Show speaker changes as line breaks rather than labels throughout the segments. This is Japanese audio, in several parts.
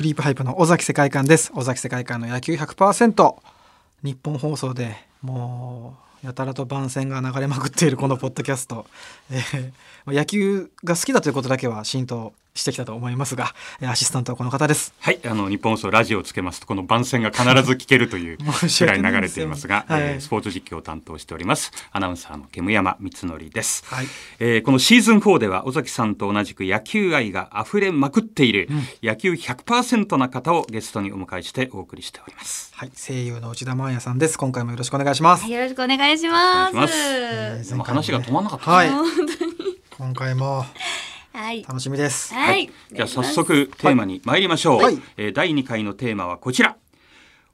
リープハイプの尾崎世界観です。尾崎世界観の野球100%。日本放送でもうやたらと番宣が流れまくっているこのポッドキャスト。えーまあ野球が好きだということだけは浸透してきたと思いますが、えーアシスタントはこの方です。
はい、あの日本放送ラジオをつけますとこの番宣が必ず聞けるとい う
申し
くら
訳
い
ない
流れていますが、
はい
えースポーツ実況を担当しておりますアナウンサーの煙山光則です、
はい
えーこのシーズン4では尾崎さんと同じく野球愛が溢れまくっている野球100%な方をゲストにお迎えしてお送りしております
はい、声優の内田真礼さんです。今回もよろしくお願いします。
はいよろしくお願いしま
お
す。
願いし
えー
でも話が止まらなかった
はい
ね
今回も
はい。
楽しみです。
は
はい
い。
じゃあ早速テーマに参りましょう、
はい
えー第2回のテーマはこちら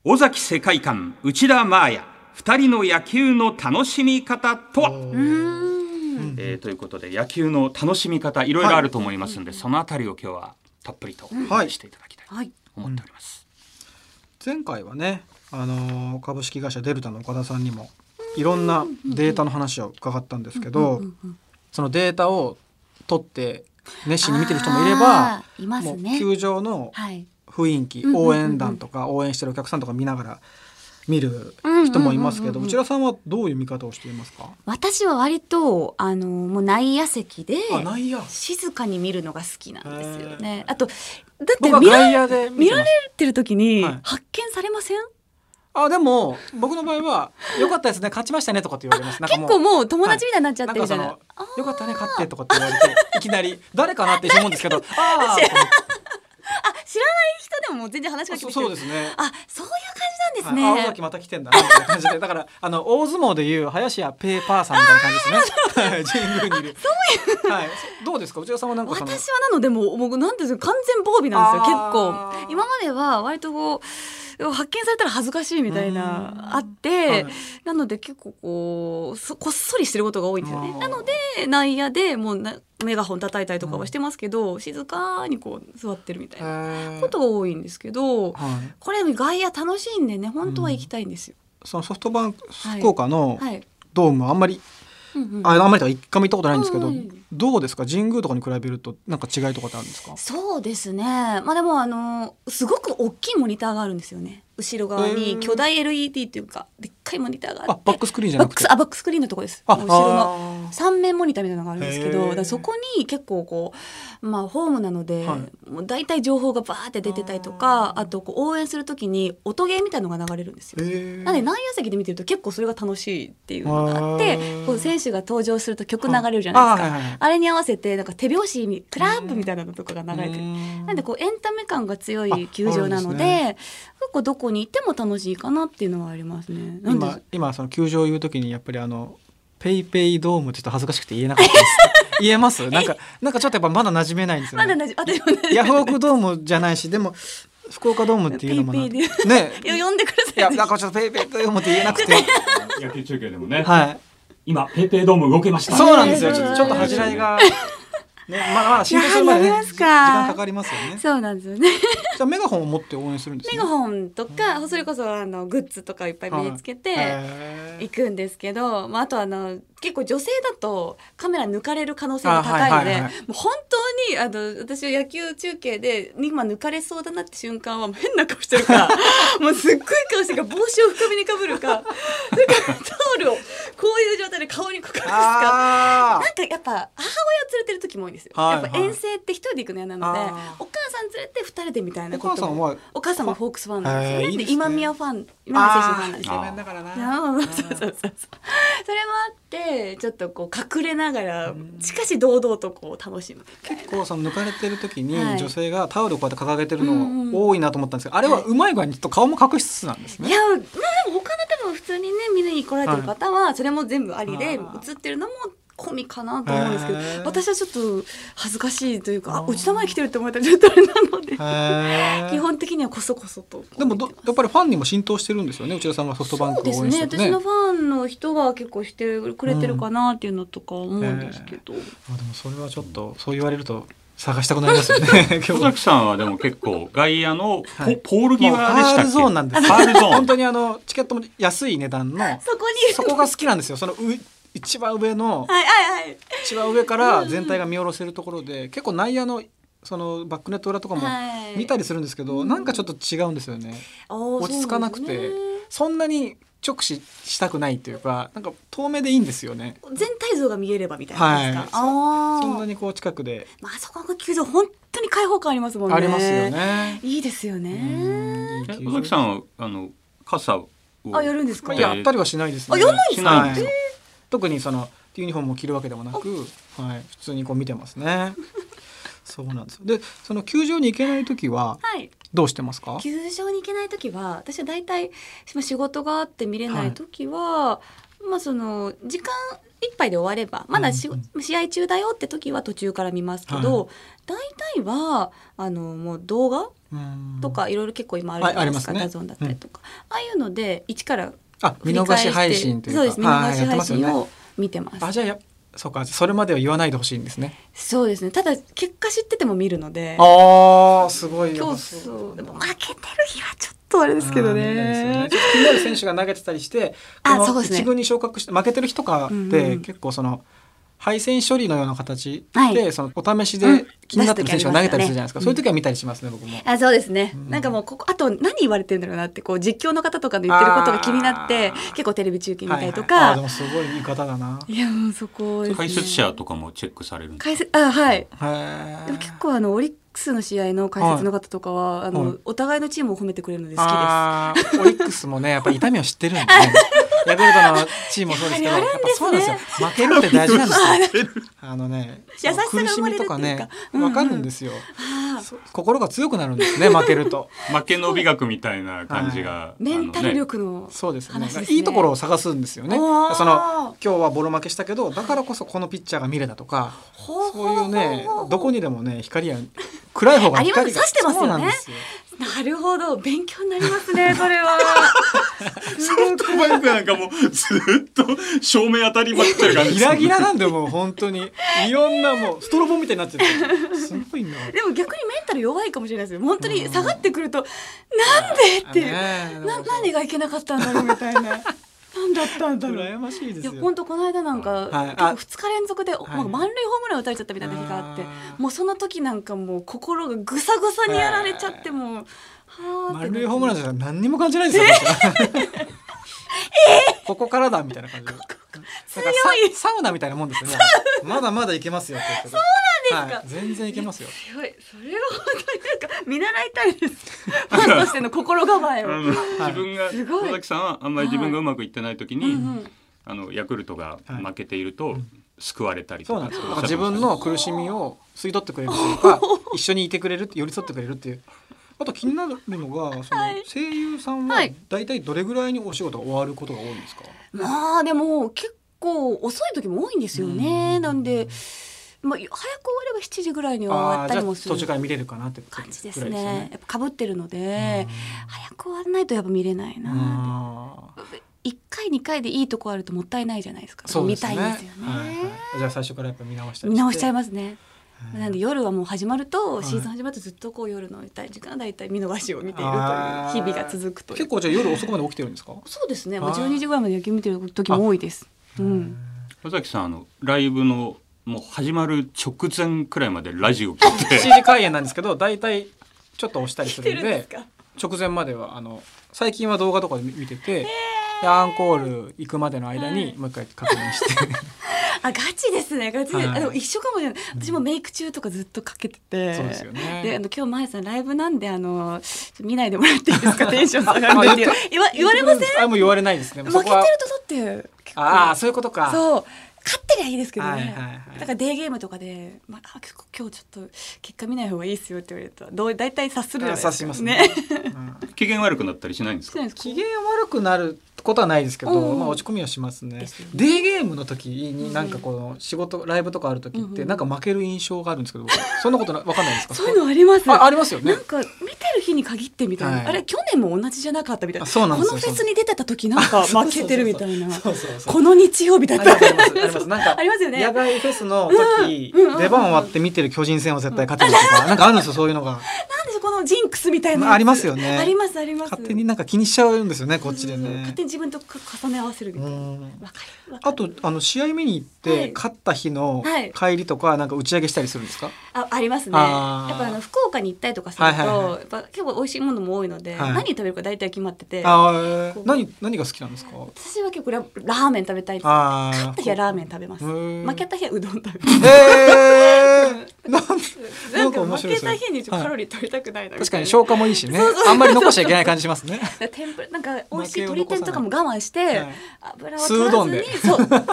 尾崎世界観内田真彩二人の野球の楽しみ方とは
うーん。
えーということで野球の楽しみ方いろいろあると思いますんで、そのあたりを今日はたっぷりとお
は
話
い
ししていただきたいと
はい。
思っております。
前回はね、あのー株式会社デルタの岡田さんにもいろんなデータの話を伺ったんですけど、そのデータを取って熱心に見てる人もいれば
あ、ーいます
もう
ね。
球場の
はい。
雰囲気、
うんうんうんうん
応援団とか応援してるお客さんとか見ながら見る人もいますけ
うんうんうん
ど、
うんうん
内田さんはどういう見方をしていますか？
私は割とあのもう内野席で
あ、内野。
静かに見るのが好きなんですよ
へ
ね。あとだって
僕は
見ら
外
れ
野で見
見
て
ら
ま
れ
す。
てる時に
はい
発見されません？
あ、でも僕の場合は良かったですね、勝ちましたねとかって言われます。なんか
結
もう
構もう友達みたいになっちゃっ
なん
てる
か
じ
そ
ゃない。
の「よかったね勝って」とかって言われ ていきなり「誰かな?」って一瞬思うんですけど「 あ
あ知らない人でももう全然話し
あ
かけて
そ
く
う
れる
そうですね」
あそういう
はい
感じ
あ
なん
尾
です
崎
ね。
また来てんだなみたいな感じでだからあの大相撲でいう林家ペーパーさんみたいな感じですね 神宮にいるそういう、はい、どうですか内田さんはなんかその
私はなのでもうもうなんていうんですか完全防備なんですよ結
あー
構今までは割とこう発見されたら恥ずかしいみたい
うん
なあっ
はい
て、なので結構こうそこっそりしてることが多いんですよ
あ
ね
ー
なので内野でもうなメガホン叩いたりとかはしてますけど、静かにこう座ってるみたいな
えー
ことが多いんですけ
はい、
ど、これ外野楽しいんでね本当は行きたいんですよ、
そのソフトバンク福岡の
はい、
ドームはあんまり、
うんうん
ああんまりとか一回も行ったことないんですけど、
うん
どうですか神宮とかに比べるとなんか違いとかってあるんですか
そうですね。まあでもあのすごく大きいモニターがあるんですよね。後ろ側
うん
に巨大 LED っていうかでっかいモニターがあ
あ
って、
バックスクリーンじゃ
バ
な
ッ
く
ク
て
スあバックスクリーンのとこです。
あ
後ろの
あー
三面モニターみたいなのがあるんですけ
へー
ど、だからそこに結構こうまあホームなので、
は
もう大体情報がバーって出てたりとか、あとこう応援するときに音ゲーみたいのが流れるんですよ。
えー
なので内野席で見てると結構それが楽しいっていうのがあって
あー
こう選手が登場すると曲流れるじゃないで
あは
すかあ,、
いはいはい
れに合わせてなんか手拍子にクラップみたいなのとかが流れてるなんでこうエンタメ感が強い球場なので
あある
結構どこに行っても楽しいかなっていうのはありますね。なんで
今今その球場を言うときにやっぱりあのペイペイドームちょっと恥ずかしくて言えなかったです 言えますなんかなんかちょっとやっぱまだ馴染めないんですよ
ま
ね
だなじ私もね
ヤフオクドームじゃないしでも福岡ドームっていうのもな
ペイペイ
ね
呼んでく
い
だ
や
さい。
なんかちょっとペイペイドームって言えなくて
野球中継でもね、
はい
今ペイペイドーム動けました。
そうなんですよちょっと
ね
ちょっと恥じらいが、ね、まだまだ浸透するまで
いや
ね
話
時
すか
間かかりますよねじ
そうなんですよね。
ゃあメガホンを持って応援するんです
メ
ね
ガホンとかそれこそあのグッズとかをいっぱい見つけて。
へー
行くんですけど、まあ、あとあの結構女性だとカメラ抜かれる可能性が高い
あは
の
いはいは
で
い
もう本当にあの私は野球中継で今抜かれそうだなって瞬間はもう変な顔して るからもうすっごい顔してるから帽子を深めにかぶるかそれからタオルをこういう状態で顔にかかるんですか。
あ
なんかやっぱ母親を連れてる時も多いんですよ、
はいはい
やっぱ遠征って一人で行くの嫌なので
あー
お母さん連れて二人でみたいな
ーお
こと
母さん
も
は
お母さんもフォークスファンなんですよ
へー
ね
いいですね
で今宮ファン今宮選手のファ
あーイ
ンなんです
ケ
よ
メンだからな
あーそうそうそうそうそれもあってちょっとこう隠れながらしかし堂々とこう楽しむみたいな
こうその抜かれてる時に
はい
女性がタオルをこうやって掲げてる
うんうん
の多いなと思ったんですけど、あれはうまい具合にちょっと顔も隠しつつなんです
い
ね。
やまあでも他の多分普通にね見に来られてる方はそれも全部ありで
あー
映ってるのも込みかなと思うんですけど
へー
私はちょっと恥ずかしいというか
あ
あ
ー
うちの前来てるって思われたらちょっとあれなので
へー
基本的にはこそこそと
でもどやっぱりファンにも浸透してるんですよね内田さんがソフトバンク
そう
を
で
応
す
援し
ね
てるとね
私のファンの人は結構してくれてるかなっていうのとか思うんですけど、
あでもそれはちょっとそう言われると探したくなり ますよね
尾
今日
崎さんはでも結構外野のポ,、
はい
ポール際
もうフ
でし
ァ
たっけ
ールゾーンなんです
ファールゾーン
本当にあのチケットも安い値段の
そこに
そこが好きなんですよその上一番上の
はいはいはい
一番上から全体が見下ろせるところで結構内野のそのバックネット裏とかも
はい
見たりするんですけど、
うん
なんかちょっと違うんですよね。
落
落ち着かなくてそんなに直視したくないというかなんか遠目でいいんですよね。
全体像が見えればみたいなですか、
はい
あ
そんな
ー
にこう近くで
まあそこが球場本当に開放感ありますもんね
ありますよね。
いいですよ
う
ね
ん
え尾崎さんはあの傘を
あやるんですか
まあやったりはしないです
あやんないんです
し
か
ないんです
は
か
い特にそのユニフォームを着るわけでもなく、はい、普通にこう見てますね。そうなんですよ。で、その球場に行けない時は
はい
どうしてますか？
球場に行けない時は私は大体まあ仕事があって見れない時は、まあその時間いっぱいで終わればまだし、
うん
試合中だよって時は途中から見ますけど、大体はあのもう動画
うん
と。かいろいろ結構今ある
は
じ
い
ゃないですか、
ありますね
ダゾーンだったりとか、ああいうので一から
あ、見逃し配信というか、
そうです見逃し
はいやって
配
ますよね
信を見てます
あ、じゃあや、そうか、それまでは言わないでほしいんですね。
そうですねただ結果知ってても見るので
ああ、すごい。
今日そうでも負けてる日はちょっとあれ
で
ですけど
ね
ね
ちょっと気になる選手が投げてたりして、
あ
この
そうですね
一軍に昇格して負けてる日とか
うん
っ
う
て
ん
結構その敗戦処理のような形
はい
でそのお試し
うん
で気になってる選手が投げたりするじゃないですか。
出
そういう
して
時は見たりしますね、僕も。
あそうですね、
うん
なんかもうここあと何言われてるんだろうなってこう実況の方とかの言ってることが気になって
あー
結構テレビ中継見たりと
はいはいあ
か、
ーで
い
もすごい言い方だな。
やもうそこです、ね、
解説者とかもチェックされるんですか
解説あはい
へ
でも結構あのオリックスの試合の解説の方とかは、あの
はい
お互いのチームを褒めてくれるので好きです
好きです。オリックスもね、やっぱり痛みを知ってるんで、ね、ヤクルトのチームもそうですけど、
や
やっ
はりあるん
ぱ
ですね
そうなんですよ。負けるって大事なんですよ。あのね、
優しさが
苦しみとか
生まれる
ね
っていうか、うんうん
わかるんですよ、
あー
そう心が強くなるんですね、負けると。
負けの美学みたいな感じが、
メンタル
あ
力の
そうですね
話ですね
いいところを探すんですよね。そ
おー
の今日はボロ負けしたけど、だからこそこのピッチャーが見れたとか、
ほ
そういうね
ほほほ、
どこにでもね、光や暗い方が光が
あります差してますよね
そうなんですよ。
なるほど勉強になります ねそれはすごく
のねバイクなんかもうずっと照明当たりまくってる感じ
ギ
です
ラ
ね
ギラなんでもう本当にいろんなもうストロボみたいになっててすごいな。
でも逆にメンタル弱いかもしれないですよ本当に下がってくるとなんでっていう、
ねえ
な何がいけなかったんだろうみたいな何だったんだろう
羨ましいで
い
す
や
よ。
本当この間なんか、
はい
結
あ
構二日連続で、
い
もう満塁ホームラン打たれちゃったみたいな日があって
あー
もうその時なんかもう心がぐさぐさにやられちゃってもうはーってなって
丸いホームランじゃ何にも感じないですよ。ここからだみたいな感じで。強いサウナみたいなもんですよね。まだまだいけますよって言って。そう
なんですか
全然いけますよ。
強いそれは本当になんか見習いたいです ファンとしての心構えを、
うん自分が
すごい
尾崎さんはあんまり自分がうまくいってない時に、
うんうん
あのヤクルトが負けていると救われたりと
そう
か
なん
って
で
お
す
っ
よ。だから自
しゃってましたね
分の苦しみを吸い取ってくれるという か、一緒にいてくれるって寄り添ってくれるっていう。あと気になるのが、その
はい
声優さん
は
はいだいたいどれぐらいにお仕事が終わることが多いんですか。
まあでも結構遅い時も多いんですよね、なんで、まあ、早く終われば7時ぐらいには終わ
あ
っ
あ
た
じゃあ
りもす
途
る
中から見れるかなって
感じです
ぐら
ね
い
やっぱかぶってるので、
ね
早く終わらないとやっぱ見れないな、
あー
一1回2回でいいとこあるともったいないじゃないですか
そうで
見
す
た
ね
いんですよね、
はいはいじゃあ最初からやっぱ見直したり
見直しちゃい
ま
ますね、
す
なんで夜はもう始まると、
はい
シーズン始まるとずっとこう夜の大体時間大体見逃しを見ているという日々が続くとい
結
う
構じゃあ夜遅くまで起きてるんですか
そうですねもう
あー
12時ぐらいまで野球見てる時も多いですうん
尾崎さんあのライブのもう始まる直前くらいまでラジオ聞い
7
て
時開演なんですけど大体ちょっと押したりす
来て
るん
るんです
で
か
直前まではあの最近は動画とかで見ててでアンコール行くまでの間
はい
にもう一回確認 して
あガチですねガチで、
はい
あでも一緒かもしれない私もメイク中とかずっとかけてて
そうですよね
であの今日まやさんライブなんであのちょっと見ないでもらってい いですかテンション下がるんでっていう言わ言われません
あもう言われないですねもう
負
そ
けてる
ことは
だって結構
ああそういうことか
そう勝ってりゃいいですけどね、
はいはいはい
だからデーゲームとかで、まあ、あ結構今日ちょっと結果見ない方がいいですよって言われるとどう大体察するじゃ
あ
ないですか
察しますねうん
機嫌悪くなったりしないんです
し
か
てない ですか
機嫌悪くなることはないですけど、
うんうん
まあ、落ち込みはしますね
ですよね
デーゲームの時になんかこの仕事ライブとかある時っ
うんう
て
ん
なんか負ける印象があるんですけど、僕そんなことな分かんないですか
そういうのあります
あありますよね
なんか見てる日に限ってみたいな、
はい
あれ去年も同じじゃなかったみたいな
あそうなんですよ
このフェスに出てた時なんか負けてるみたいな
そうそうそう
この日曜日だ
あ
っ
りま
た
すありますありますなんか
ありますよね
野外フェスの時、
うんうんうんうん
出番終わって見てる巨人戦は絶対勝てるとか、なんかあるんですよそういうのが
なんでしょうこのジンクスみたいなやつ
ありますよね
ありますあります
勝手になんか気にしちゃうんですよねこっちで
そうそうそう
ね
勝手。に自分とか重ね合わせるみたいなわ
うん
かるわか
あ
る
とあの試合見に行っ
は
て
い
勝った日の
はい
帰りとかなんか打ち上げしたりするんですか。
あありますねやっ
あー
ぱあの福岡に行ったりとかすると、
はいはいはい
やっぱ結構美味しいものも多いので、
はい
何食べるか大体決まってて
ああ
こう
何何が好きなんですか。
私は結構ララーメン食べたいです
あー
勝った日はラーメン食べます
へー
負けた日はうどん食べます
ええー、なん
な
なんん
か
か面
負
白いで
け
すね
た日にちょっとカロリー取りたくないなみたいな
確かに消化もいいしねあんまり残しちゃいけない感じし ますね。
だから天ぷらなんか美味しい
負けを残さ
鶏
ない
天とかも我慢して、
はい
油を取らずに
酢
そうもう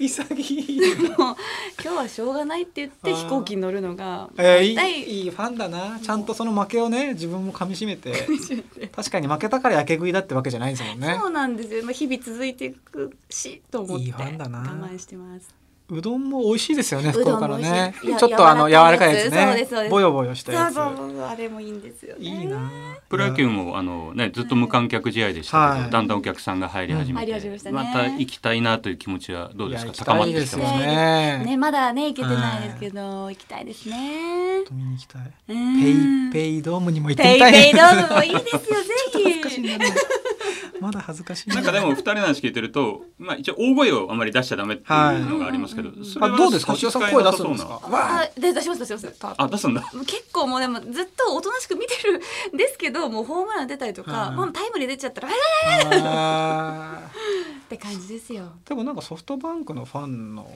潔い。
今日はしょうがないって言って飛行機に乗るのが
えー、
大体
いいいいファンだなちゃんとその負けをね自分も噛みしめて
しめて
確かに負けたからやけ食いだってわけじゃないですもんね
そうなんですよ、まあ、日々続いていくしと思って
いいファンだな
我慢してます
うどんも美味しいですよね
うどん
福岡のね
美味しいいや
ちょっとあの柔らかいやつ
柔らかいやつそうですそうで
ね
す
ボヨボヨした
そう
やつ
そうそうあれもいいんですよね
いいな
プロ野球もあの、ね、ずっと無観客試合でしたけど、
はい
だんだんお客さんが入り始めて、
入り始めましたね
また行きたいなという気持ちはどうですか
いや
高まってき
そ
て
う
ま
ですす
か
ね
ねまだね行けてないですけど行きたいですね
見に行きたいペ
うん
イペイドームにも行って
ペ
み
イ
たい
ペイドームも
も
いいですよ
恥ずかしい
ぜ
なまだ恥ずかしい
なんかでも二人の話聞いてると、まあ、一応大声をあまり出しちゃダメっていうのがありますけど、
はい
それ
あ
は
どうですか
少し
吉田さ
使
ん
いな
声
さ
出す
そ
ん
う
です
な
かわー
あで出します出します
あ出すんだ
もう結構もうでもずっとおとなしく見てるですけどもうホームラン出たりとか、
はい
もうタイムリー出ちゃったら「えっ!」
あー
って感じですよ。
でもなんかソフトバンクのファンの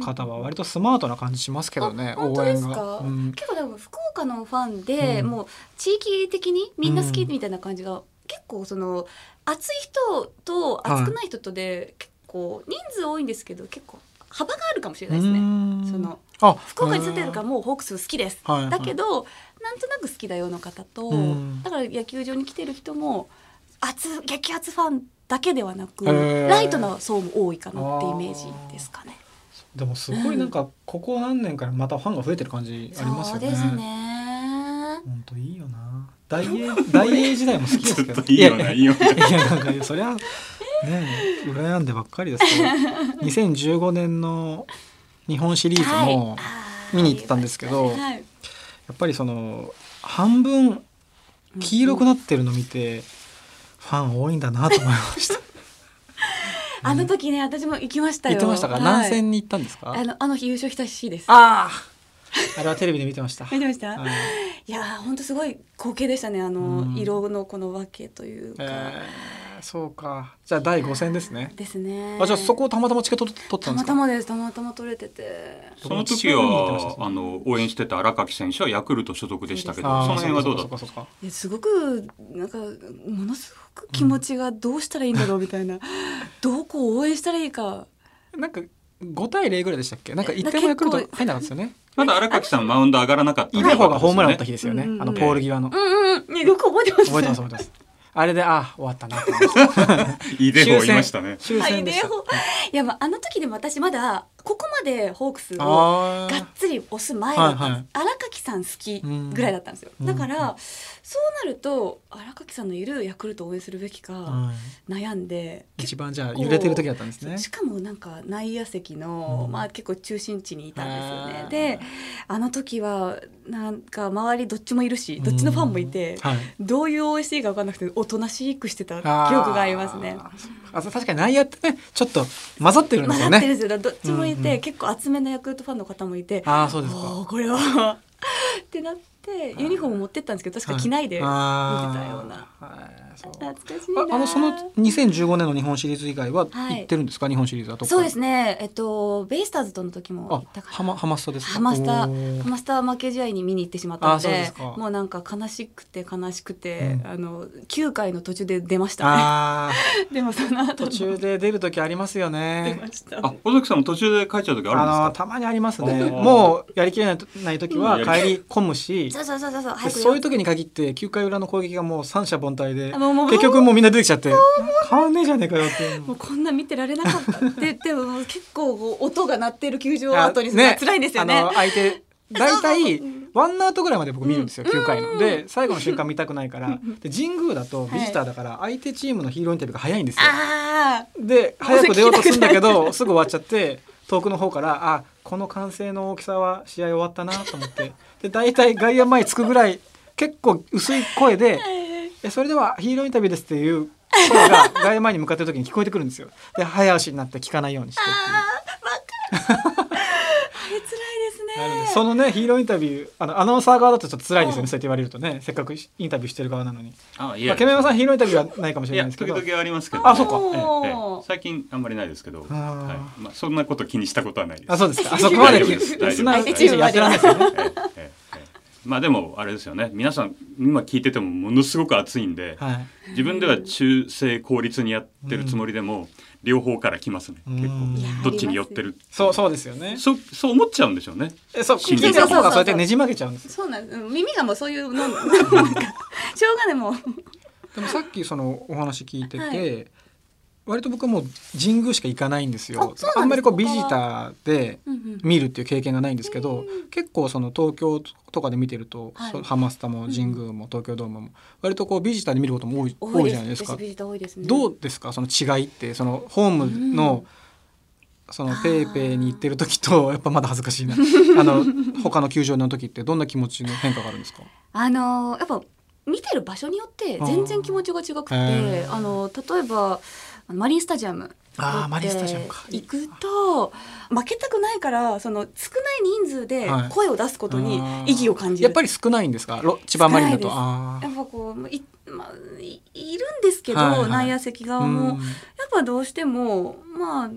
方は割とスマートな感じしますけどね
あ本
応
当で
援
すか、
がうん
結構多分福岡のファンで、
うん
もう地域的にみんな好き
うん
みたいな感じが、結構その熱い人と熱くない人とで、結構人数多いんですけど結構幅があるかもしれないですね。
ね
その
あ
福岡に住んでるからもうホークス好きです、
はいはい
だけどなんとなく好きだよの方と、
うん
だから野球場に来てる人も熱激熱ファンだけではなく、
へー
ライトな層も多いかなってイメージですかね。
でもすごいなんかここ何年かまたファンが増えてる感じあります
そう
よね。
ですね。
本当いいよな。大英大英時代も好きで
ず
す
っ
け
と
ど。
いいよう
や
ないいいような
やなんかそりゃねえ羨んでばっかりですけ ど。2015年の日本シリーズも見に行ってたんですけど
はい
やっぱりその半分黄色くなってるの見てファン多いんだなと思いま した。
あの時ね、私も行きましたよ。
行ってましたか。
はい
何戦に行ったんですか
あ。の、あの日優勝した日です。
ああ。あれはテレビで見てました。
見てました。
はい
い、やー、本当すごい光景でしたね。あの、
うん
色のこの分けというか。
えーそうか。じゃあ第5戦ですね。
ですね。
あじゃあそこをたまたまチケット取取ってた
た
んで
ます
か。
たまです。たまたま取れてて。
その時はあの応援してた荒垣選手はヤクルト所属でしたけど
あー
その辺はどうだっ
そ
た
かそかそか
いやすごくなんかものすごく気持ちがどうしたらいいんだろうみた いな、どうこう応援したらいいか
なんか5対0ぐらいでしたっけ。なんか1点もヤクルト入んなかったですよね。
まだ荒垣さんマウンド上がらなかった
いい方がホームラン打った日ですよね。
うんうんうん
あのポール際の
う。んうん、ね、よく覚えてます
覚え てます覚えてます。あれであ終わったなって思いました。
いいデーいましたね
終
はい
戦で
ね
した。
ほいやまああの時でも私まだここまでホークスを
あ
がっ
あ。
つり押す前だったんで
はいは
す
い
荒垣さん好きぐらいだったんですよ
うん
だからそうなると荒垣さんのいるヤクルトを応援するべきか
うん
悩んで
一番じゃあ揺れてる時だったんですね。
しかもなんか内野席の、
うん
まあ結構中心地にいたんですよね
あー
であの時はなんか周りどっちもいるしどっちのファンもいて
うん、はい。
どういう応援していいか分かんなくておとなしくしてた記憶がありますね
あ。ー。あそう確かに内野ってねちょっと混ざってるんですよ
混ざってる
ね。
んですよ、だからどっちもいて、
うんうん
結構厚めのヤクルトファンの方もいて
ああそうです
お
か。
ーこれはってなってユニフォーム持ってったんですけど確か着ないで、
は
見てたような
あーはいそう
懐かしい
あ
な
あのその2015年の日本シリーズ以外は
はい
行ってるんですか、日本シリーズはどっか
そうですねえっとベイスターズとの時も行
あ
ったから
ハマハマスタですか
ハマスタ
おー
ハマスター負け試合に見に行ってしまったの
あそうで
です
か
もうなんか悲しくて悲しくて、
うん
あの9回の途中で出ましたね
あ
でもその
ー途
後も
中で出る時ありますよ
出
ね
ました
あ尾崎さんも途中で帰っちゃう時あるんです
あ
か
のたまにありますね
おー
もうやりきれないない時は帰り込むし
そうそうそうそうそう
で
早く
そういう時に限って9回裏の攻撃がもう三者凡退で
あのもう
結局もうみんな出てきちゃって変わんねえじゃねえかよっていう
も
の
うこんな見てられなかった って言ってももう結構こう音が鳴ってる球場後にするのが辛いんですよね
あの相 手大体
そう
ワンアウトぐらいまで僕見るんですよ、9回
うん
の。で最後の瞬間見たくないからで神宮だとビジターだから相手チームのヒーローインタビューが早いんですよ。
ああ
で早く出ようとするんだけどすぐ終わっちゃって遠くの方からあこの歓声の大きさは試合終わったなと思ってで大体外野前につくぐらい結構薄い声で「えそれではヒーローインタビューです」っていう声が外野前に向かってる時に聞こえてくるんですよ。で早足になって聞かないようにしてっていう
あれ辛いですね
なるほどそのねヒーローインタビューあのアナウンサー側だとちょっと辛いですよね、そうやって言われるとねせっかくインタビューしてる側なのに、
あい
ま
や
あ、ケメヤマさんヒーローインタビューはないかもし
い
れないで
や
すけ
時
ど
々ありますけど
あそっか
えええ
お
え
ー
最近あんまりないですけど、はい
あー
まあ、そんなこと気にしたことはないです
あそうです かあそこまで
大丈夫です
リスナー
大丈夫です
記事やってらんないですよね
ええええええまあでもあれですよね皆さん今聞いててもものすごく熱いんで、
はい
自分では中性効率にやってるつもりでも、両方から来ますね
うん
結
い
や
構どっちに寄ってる
そうそうですよね
そうそう思っちゃうんでしょうね
えそう
信
聞い
じ
て
る
る方がそうやってねじ曲げちゃうんですよ
そうなんですうん耳がもうそういうのなんかしょうがないもう
でもさっきそのお話聞いてて、
はい
割と僕はもう神宮しか行かないんですよ
あそうなんですか
あんまりこうビジターで
うんうん
見るっていう経験がないんですけど、結構その東京とかで見てると、
はい
そうハマスタも神宮も東京ドームも割とこうビジターで見ることも多い多いじゃないですか
私。ビジター多いですね
どうですかその違いってそのホームの、そのペイペイに行ってる時とやっぱまだ恥ずかしい なあの他の球場の時ってどんな気持ちの変化があるんですか
あのーやっぱ見てる場所によって全然気持ちが違くて
あー
あのー例えばあのマリンスタジアム
あー
だって
マリンスタジアムか
行くと負けたくないからその少ない人数で
はい
声を出すことに
あー
意義を感じる、
やっぱり少ないんですかロ千葉マリンだと
少
あ
やっぱこうい,、まあ、いいるんですけど、
はいはい
内野席
あ
側
う
も、
ん
やっぱどうしてもまあ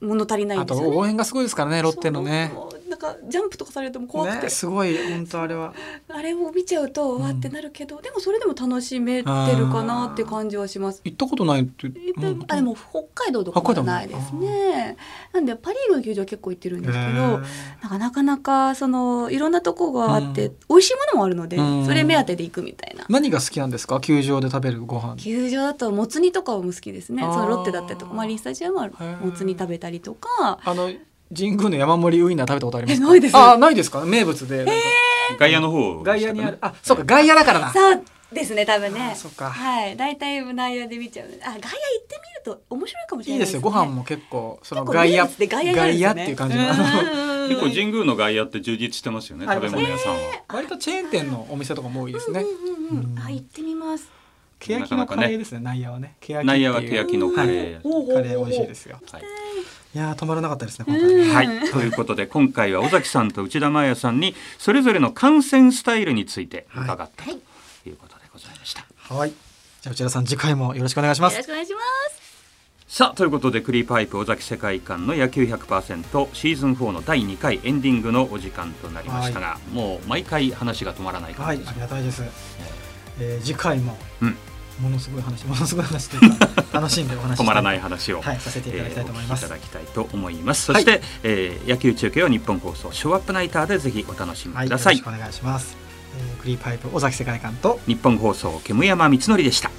物足りないん
あ
です
と
よね。
応援がすごいですからねロッテのね
そうもうなんかジャンプとかされても怖くて、
ねすごい本当あれは
あれを見ちゃうと
うん
わーってなるけど、でもそれでも楽しめてるかなって感じはします。
行ったことないって
えっと
もう
あでも北海道とか
北海
ま
道
だ
も
ないですね。なんでパ・リーグの球場結構行ってるんですけど、
へ
なんかなかなかそのいろんなとこがあって、
うん
美味しいものもあるので、
うん
それ目当てで行くみたいな。
何が好きなんですか球場で食べるご飯
球場だともつ煮とかも好きですね。
あー
そのロッテだったりとかマリンスタジアムは
ー
もつ煮食べたりとか。
あの神宮の山盛りウインナー食べたことありますか
えないです
あないですか名物でなんか
外野の方
外
でし
野
たかね
にあるあそうか外野だからだ
そうですね多分
あ
ね。
そっか
はい。大体内野で見ちゃう。あ外野行ってみると面白いかもし
い
れ
い
な
で
い
す
ね
よご飯も結構その
結構
外野
名物で外野にある
外
んですよ
野
ね
っていう感じのあの
結構神宮の外野って充実してますよね
あり
食
ま
べ
す
物屋さんは、
割とチェーン店のお店とかも多いですね
うんうんうんうん。あ行ってみます。
欅の
なか
カ
なか
レー
ね
ですね内野はね欅
内野は
っていう
欅のカレー、
おうおうおう
カレー美味しいですよ
はい
いやー止まらなかったですね今
う
回
ん
はい、ということで今回は尾崎さんと内田真礼さんにそれぞれの観戦スタイルについて伺ったということでございました。
はいじゃあ内田さん次回もよろしくお願いしま
よろ
す
しくお願いします。
さあということでクリーパイプ尾崎世界観の野球100%シーズン4の第2回エンディングのお時間となりましたが、もう毎回話が止まらない感
はい
じです
ありがたいです、えー、次回も
うん
ものすごい話ものすごい話というか楽しんでお話し
止まらない
し
話を、
てはいさせていただきたいと思います、
えーお聞きいただきたいと思いますそして、えー野球中継は日本放送ショーアップナイターでぜひお楽しみ
はいよ
く
ろ
ださい、
しくお願いします、えー、クリーパイプ尾崎世界観と
日本放送煙山光則でした